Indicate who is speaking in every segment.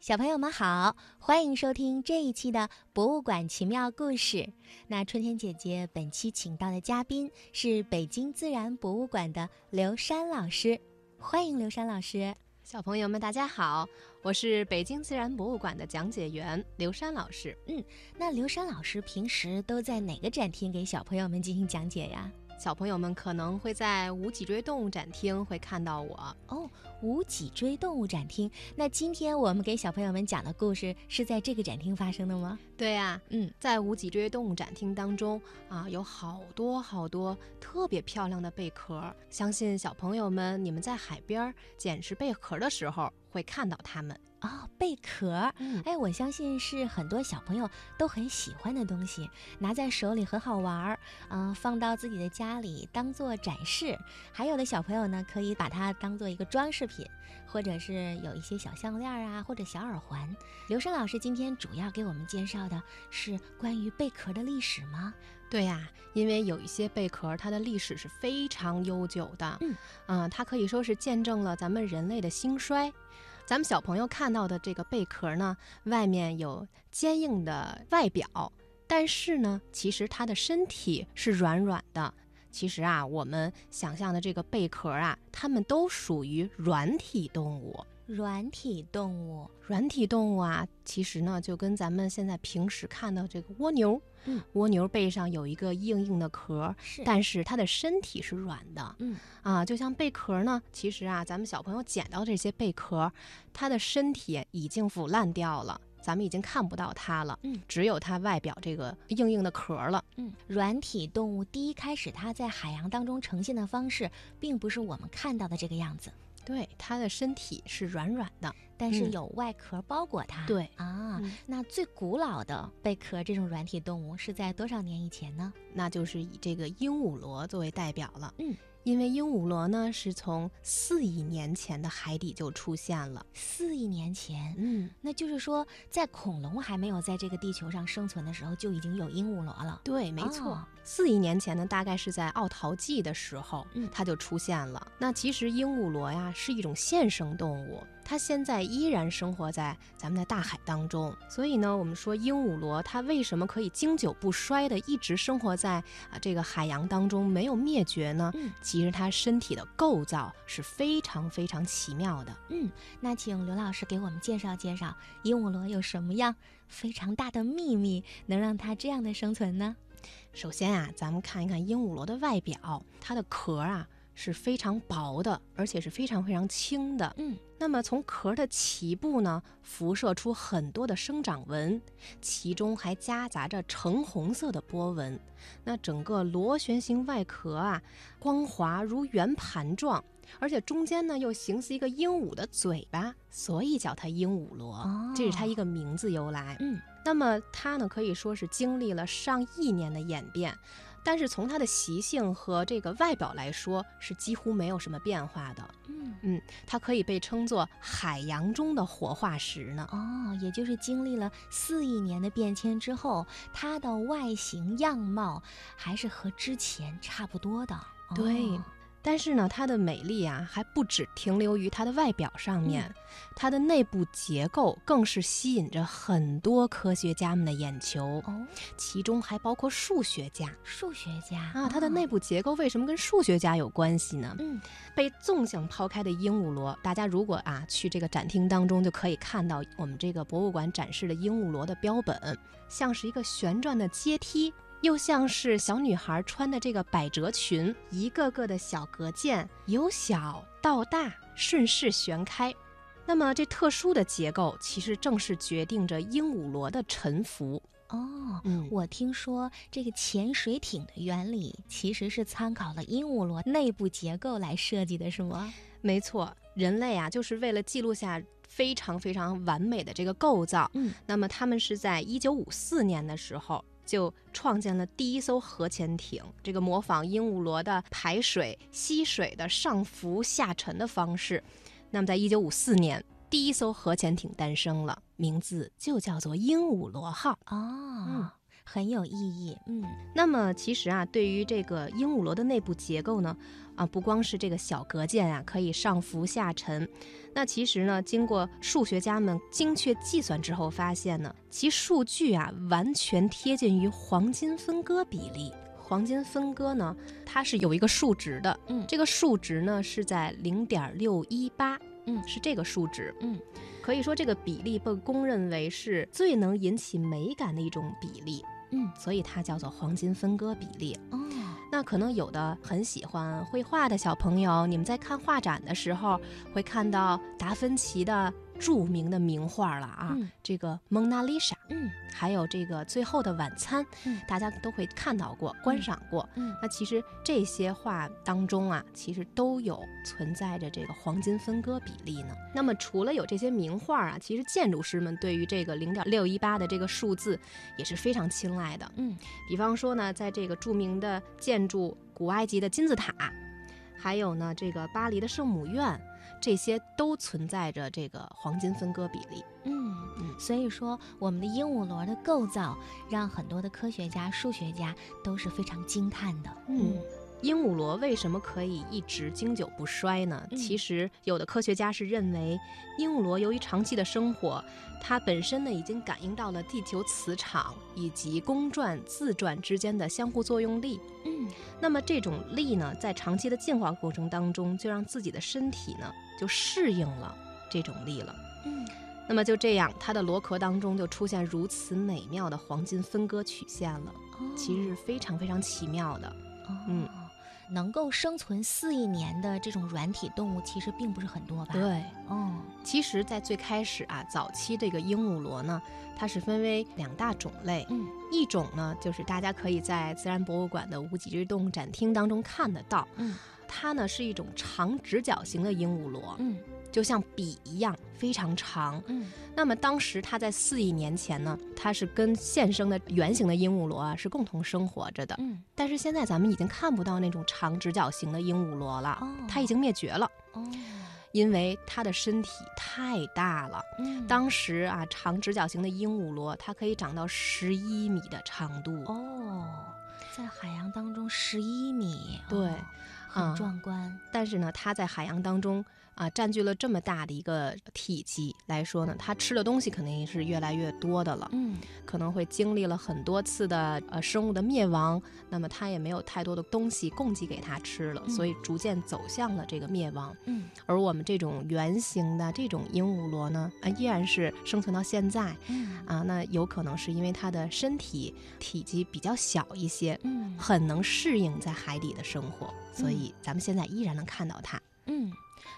Speaker 1: 小朋友们好，欢迎收听这一期的《博物馆奇妙故事》。那春天姐姐本期请到的嘉宾是北京自然博物馆的刘珊老师，欢迎刘珊老师。
Speaker 2: 小朋友们，大家好，我是北京自然博物馆的讲解员刘珊老师。
Speaker 1: 嗯那刘珊老师平时都在哪个展厅给小朋友们进行讲解呀？
Speaker 2: 小朋友们可能会在无脊椎动物展厅会看到我。
Speaker 1: 哦无脊椎动物展厅。那今天我们给小朋友们讲的故事是在这个展厅发生的吗？
Speaker 2: 对啊，
Speaker 1: 嗯，
Speaker 2: 在无脊椎动物展厅当中啊，有好多好多特别漂亮的贝壳，相信小朋友们你们在海边儿捡拾贝壳的时候会看到它们。
Speaker 1: 哦，贝壳。
Speaker 2: 嗯，
Speaker 1: 哎，我相信是很多小朋友都很喜欢的东西，拿在手里很好玩儿，嗯、放到自己的家里当做展示。还有的小朋友呢，可以把它当做一个装饰品，或者是有一些小项链啊，或者小耳环。刘胜老师今天主要给我们介绍的是关于贝壳的历史吗？
Speaker 2: 对呀、因为有一些贝壳，它的历史是非常悠久的，
Speaker 1: 嗯，
Speaker 2: 啊、它可以说是见证了咱们人类的兴衰。咱们小朋友看到的这个贝壳呢，外面有坚硬的外表，但是呢，其实它的身体是软软的。其实啊，我们想象的这个贝壳啊，它们都属于软体动物。
Speaker 1: 软体动物，
Speaker 2: 软体动物啊，其实呢就跟咱们现在平时看到这个蜗牛，
Speaker 1: 嗯
Speaker 2: 蜗牛背上有一个硬硬的壳，
Speaker 1: 是
Speaker 2: 但是它的身体是软的，
Speaker 1: 嗯
Speaker 2: 啊，就像贝壳呢，其实啊，咱们小朋友捡到这些贝壳，它的身体已经腐烂掉了。咱们已经看不到它了，
Speaker 1: 嗯
Speaker 2: 只有它外表这个硬硬的壳了。
Speaker 1: 嗯，软体动物第一开始它在海洋当中呈现的方式，并不是我们看到的这个样子。
Speaker 2: 对，它的身体是软软的。
Speaker 1: 但是
Speaker 2: 嗯
Speaker 1: 有外壳包裹它。
Speaker 2: 对
Speaker 1: 啊
Speaker 2: 嗯，
Speaker 1: 那最古老的贝壳这种软体动物是在多少年以前呢？
Speaker 2: 那就是以这个鹦鹉螺作为代表了。
Speaker 1: 嗯，
Speaker 2: 因为鹦鹉螺呢是从四亿年前的海底就出现了。
Speaker 1: 四亿年前。
Speaker 2: 嗯，
Speaker 1: 那就是说，在恐龙还没有在这个地球上生存的时候，就已经有鹦鹉螺了。
Speaker 2: 对，没错
Speaker 1: 哦。
Speaker 2: 四亿年前呢，大概是在奥陶纪的时候，
Speaker 1: 嗯
Speaker 2: 它就出现了。那其实鹦鹉螺呀是一种现生动物，它现在依然生活在咱们的大海当中。所以呢，我们说鹦鹉螺它为什么可以经久不衰的一直生活在啊这个海洋当中没有灭绝呢？
Speaker 1: 嗯
Speaker 2: 其实它身体的构造是非常非常奇妙的。
Speaker 1: 那请刘老师给我们介绍介绍鹦鹉螺有什么样非常大的秘密，能让它这样的生存呢？
Speaker 2: 首先啊，咱们看一看鹦鹉螺的外表，它的壳啊是非常薄的，而且是非常非常轻的。
Speaker 1: 嗯，
Speaker 2: 那么从壳的脐部呢，辐射出很多的生长纹，其中还夹杂着橙红色的波纹。那整个螺旋形外壳啊，光滑如圆盘状，而且中间呢又形似一个鹦鹉的嘴巴，所以叫它鹦鹉螺。
Speaker 1: 哦
Speaker 2: 这是它一个名字由来。
Speaker 1: 嗯，
Speaker 2: 那么它呢可以说是经历了上亿年的演变，但是从它的习性和这个外表来说，是几乎没有什么变化的。
Speaker 1: 嗯，
Speaker 2: 它可以被称作海洋中的活化石呢。
Speaker 1: 哦，也就是经历了四亿年的变迁之后，它的外形样貌还是和之前差不多的。哦
Speaker 2: 对但是呢，它的美丽啊，还不止停留于它的外表上
Speaker 1: 嗯
Speaker 2: 面，它的内部结构更是吸引着很多科学家们的眼球，
Speaker 1: 哦，
Speaker 2: 其中还包括数学家
Speaker 1: 数学家
Speaker 2: 啊。它的
Speaker 1: 哦
Speaker 2: 内部结构为什么跟数学家有关系呢？
Speaker 1: 嗯
Speaker 2: 被纵向抛开的鹦鹉螺，大家如果啊去这个展厅当中，就可以看到我们这个博物馆展示的鹦鹉螺的标本，像是一个旋转的阶梯，又像是小女孩穿的这个百褶裙，一个个的小隔间由小到大顺势旋开。那么这特殊的结构，其实正是决定着鹦鹉螺的沉浮。
Speaker 1: 哦。
Speaker 2: 嗯
Speaker 1: 我听说这个潜水艇的原理其实是参考了鹦鹉螺内部结构来设计的，是吗？
Speaker 2: 没错，人类啊，就是为了记录下非常非常完美的这个构造，
Speaker 1: 嗯，
Speaker 2: 那么他们是在一九五四年的时候，就创建了第一艘核潜艇，这个模仿鹦鹉螺的排水、吸水的上浮下沉的方式。那么，在一九五四年，第一艘核潜艇诞生了，名字就叫做鹦鹉螺号。嗯
Speaker 1: 哦，很有意义。嗯
Speaker 2: 那么其实啊，对于这个鹦鹉螺的内部结构呢，啊，不光是这个小隔间啊可以上浮下沉，那其实呢，经过数学家们精确计算之后，发现呢，其数据啊完全贴近于黄金分割比例。黄金分割呢，它是有一个数值的，
Speaker 1: 嗯
Speaker 2: 这个数值呢是在零点六一八，
Speaker 1: 嗯
Speaker 2: 是这个数值，
Speaker 1: 嗯，
Speaker 2: 可以说这个比例被公认为是最能引起美感的一种比例。
Speaker 1: 嗯
Speaker 2: 所以它叫做黄金分割比例。
Speaker 1: 哦，
Speaker 2: 那可能有的很喜欢绘画的小朋友，你们在看画展的时候会看到达芬奇的著名的名画了啊，
Speaker 1: 嗯
Speaker 2: 这个《蒙娜丽莎》，
Speaker 1: 嗯
Speaker 2: 还有这个《最后的晚餐》
Speaker 1: 嗯
Speaker 2: 大家都会看到过、观赏过。
Speaker 1: 嗯
Speaker 2: 那其实这些画当中啊，其实都有存在着这个黄金分割比例呢。那么除了有这些名画啊，其实建筑师们对于这个零点六一八的这个数字也是非常青睐的。
Speaker 1: 嗯
Speaker 2: 比方说呢，在这个著名的建筑古埃及的金字塔，还有呢这个巴黎的圣母院，这些都存在着这个黄金分割比例。
Speaker 1: 嗯，
Speaker 2: 嗯
Speaker 1: 所以说我们的鹦鹉螺的构造让很多的科学家、数学家都是非常惊叹的。
Speaker 2: 嗯鹦鹉螺为什么可以一直经久不衰呢？
Speaker 1: 嗯
Speaker 2: 其实有的科学家是认为，鹦鹉螺由于长期的生活，它本身呢已经感应到了地球磁场以及公转、自转之间的相互作用力，
Speaker 1: 嗯
Speaker 2: 那么这种力呢，在长期的进化过程当中，就让自己的身体呢就适应了这种力了。
Speaker 1: 嗯
Speaker 2: 那么就这样，它的螺壳当中就出现如此美妙的黄金分割曲线了，
Speaker 1: 哦，
Speaker 2: 其实是非常非常奇妙的。
Speaker 1: 嗯
Speaker 2: 嗯。
Speaker 1: 能够生存四亿年的这种软体动物其实并不是很多吧？，
Speaker 2: 对，
Speaker 1: 哦，
Speaker 2: 其实，在最开始啊，早期这个鹦鹉螺呢，它是分为两大种类，
Speaker 1: 嗯
Speaker 2: 一种呢就是大家可以在自然博物馆的无脊椎动物展厅当中看得到，
Speaker 1: 嗯
Speaker 2: 它呢是一种长直角形的鹦鹉螺，
Speaker 1: 嗯
Speaker 2: 就像笔一样非常长。
Speaker 1: 嗯
Speaker 2: 那么当时它在四亿年前呢，它是跟现生的圆形的鹦鹉螺啊是共同生活着的。
Speaker 1: 嗯，
Speaker 2: 但是现在咱们已经看不到那种长直角形的鹦鹉螺了，
Speaker 1: 哦
Speaker 2: 它已经灭绝了，
Speaker 1: 哦，
Speaker 2: 因为它的身体太大了。
Speaker 1: 嗯
Speaker 2: 当时啊，长直角形的鹦鹉螺它可以长到十一米的长度。
Speaker 1: 哦，在海洋当中十一米，哦
Speaker 2: 对，
Speaker 1: 很
Speaker 2: 啊
Speaker 1: 壮观。
Speaker 2: 但是呢，它在海洋当中啊，占据了这么大的一个体积来说呢，它吃的东西肯定是越来越多的了。
Speaker 1: 嗯
Speaker 2: 可能会经历了很多次的呃生物的灭亡，那么它也没有太多的东西供给给它吃了，
Speaker 1: 嗯
Speaker 2: 所以逐渐走向了这个灭亡。
Speaker 1: 嗯
Speaker 2: 而我们这种圆形的这种鹦鹉螺呢，啊、依然是生存到现在
Speaker 1: 嗯
Speaker 2: 啊，那有可能是因为它的身体体积比较小一些。
Speaker 1: 嗯
Speaker 2: 很能适应在海底的生活，所以咱们现在依然能看到它。
Speaker 1: 嗯。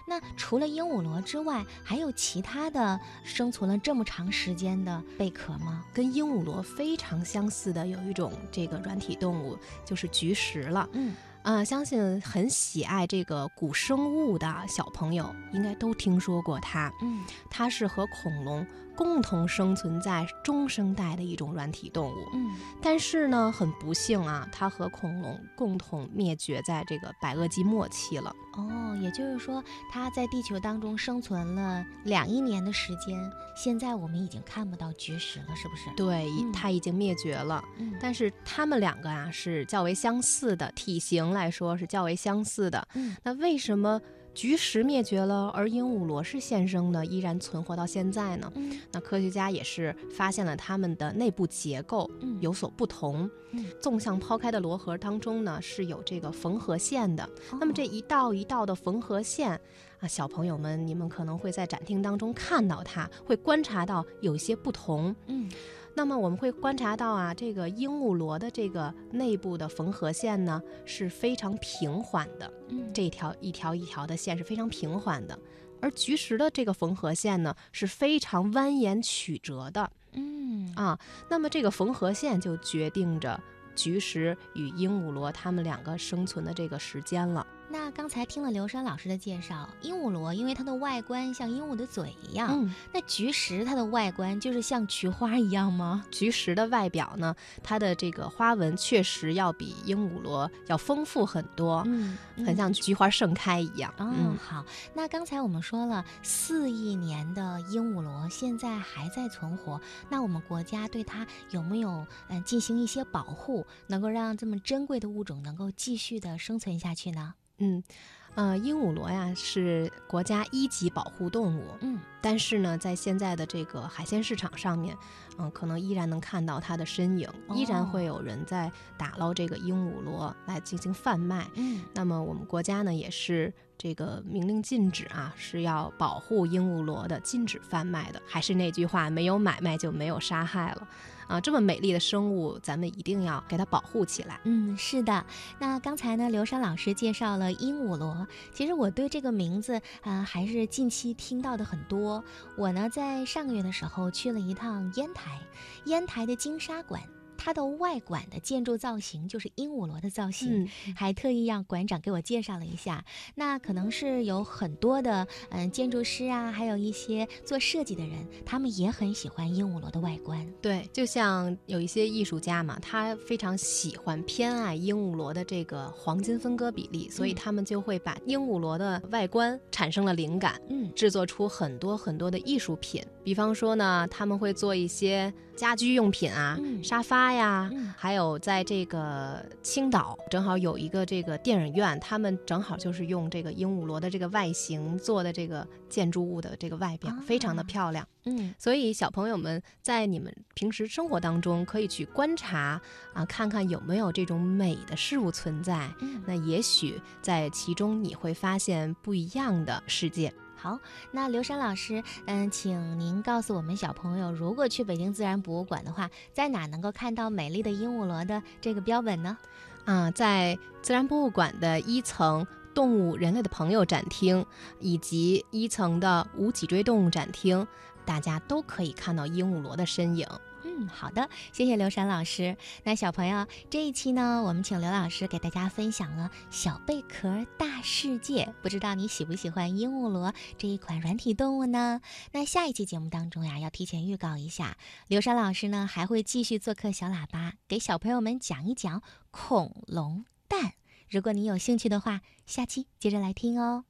Speaker 1: 那除了鹦鹉螺之外，还有其他的生存了这么长时间的贝壳吗？
Speaker 2: 跟鹦鹉螺非常相似的有一种这个软体动物，就是菊石了。
Speaker 1: 嗯
Speaker 2: 啊，相信很喜爱这个古生物的小朋友应该都听说过它。
Speaker 1: 嗯
Speaker 2: 它是和恐龙共同生存在中生代的一种软体动物，
Speaker 1: 嗯
Speaker 2: 但是呢，很不幸啊，它和恐龙共同灭绝在这个白垩纪末期了。
Speaker 1: 哦，也就是说，它在地球当中生存了两亿年的时间，现在我们已经看不到菊石了，是不是？
Speaker 2: 对，已
Speaker 1: 嗯
Speaker 2: 它已经灭绝了。
Speaker 1: 嗯
Speaker 2: 但是它们两个啊是较为相似的，体型来说是较为相似的。
Speaker 1: 嗯
Speaker 2: 那为什么菊石灭绝了，而鹦鹉螺是现生的，依然存活到现在呢？
Speaker 1: 嗯
Speaker 2: 那科学家也是发现了它们的内部结构
Speaker 1: 嗯
Speaker 2: 有所不同。
Speaker 1: 嗯
Speaker 2: 纵向抛开的螺核当中呢，是有这个缝合线的。那么这
Speaker 1: 哦
Speaker 2: 一道一道的缝合线啊，小朋友们，你们可能会在展厅当中看到它，会观察到有一些不同。
Speaker 1: 嗯
Speaker 2: 那么我们会观察到啊，这个鹦鹉螺的这个内部的缝合线呢是非常平缓的，
Speaker 1: 嗯
Speaker 2: 这一条一条一条的线是非常平缓的，而菊石的这个缝合线呢是非常蜿蜒曲折的
Speaker 1: 嗯
Speaker 2: 啊。那么这个缝合线就决定着菊石与鹦鹉螺它们两个生存的这个时间了。
Speaker 1: 那刚才听了刘珊老师的介绍，鹦鹉螺因为它的外观像鹦鹉的嘴一样，
Speaker 2: 嗯，
Speaker 1: 那菊石它的外观就是像菊花一样吗？
Speaker 2: 菊石的外表呢，它的这个花纹确实要比鹦鹉螺要丰富很多，
Speaker 1: 嗯，
Speaker 2: 很像菊花盛开一样。
Speaker 1: 哦，
Speaker 2: 嗯，
Speaker 1: 好，那刚才我们说了，四亿年的鹦鹉螺现在还在存活，那我们国家对它有没有嗯、呃进行一些保护，能够让这么珍贵的物种能够继续的生存下去呢？
Speaker 2: 嗯，呃，鹦鹉螺呀是国家一级保护动物，
Speaker 1: 嗯，
Speaker 2: 但是呢，在现在的这个海鲜市场上面，嗯、可能依然能看到它的身影，依然
Speaker 1: 哦
Speaker 2: 会有人在打捞这个鹦鹉螺来进行贩卖。
Speaker 1: 嗯
Speaker 2: 那么我们国家呢，也是这个明令禁止啊，是要保护鹦鹉螺的，禁止贩卖的。还是那句话，没有买卖就没有杀害了啊！这么美丽的生物，咱们一定要给它保护起来。
Speaker 1: 嗯，是的。那刚才呢，刘珊老师介绍了鹦鹉螺，其实我对这个名字啊、呃还是近期听到的很多。我呢，在上个月的时候去了一趟烟台，烟台的金沙馆。它的外馆的建筑造型就是鹦鹉螺的造型，
Speaker 2: 嗯，
Speaker 1: 还特意让馆长给我介绍了一下。那可能是有很多的嗯、呃建筑师啊，还有一些做设计的人，他们也很喜欢鹦鹉螺的外观。
Speaker 2: 对，就像有一些艺术家嘛，他非常喜欢偏爱鹦鹉螺的这个黄金分割比例，所以
Speaker 1: 嗯
Speaker 2: 他们就会把鹦鹉螺的外观产生了灵感，
Speaker 1: 嗯
Speaker 2: 制作出很多很多的艺术品。比方说呢，他们会做一些家居用品啊，
Speaker 1: 嗯
Speaker 2: 沙发呀。
Speaker 1: 嗯
Speaker 2: 还有，在这个青岛，正好有一个这个电影院，他们正好就是用这个鹦鹉螺的这个外形做的这个建筑物的这个外表，非常的
Speaker 1: 啊
Speaker 2: 漂亮。
Speaker 1: 嗯
Speaker 2: 所以，小朋友们在你们平时生活当中，可以去观察啊，看看有没有这种美的事物存在。
Speaker 1: 嗯
Speaker 2: 那也许在其中你会发现不一样的世界。
Speaker 1: 好，那刘珊老师，嗯，请您告诉我们小朋友，如果去北京自然博物馆的话，在哪能够看到美丽的鹦鹉螺的这个标本呢？
Speaker 2: 啊，在自然博物馆的一层动物人类的朋友展厅，以及一层的无脊椎动物展厅，大家都可以看到鹦鹉螺的身影。
Speaker 1: 嗯，好的，谢谢刘珊老师。那小朋友，这一期呢，我们请刘老师给大家分享了《小贝壳大世界》，不知道你喜不喜欢鹦鹉螺这一款软体动物呢？那下一期节目当中呀，要提前预告一下，刘珊老师呢还会继续做客小喇叭，给小朋友们讲一讲恐龙蛋。如果你有兴趣的话，下期接着来听哦。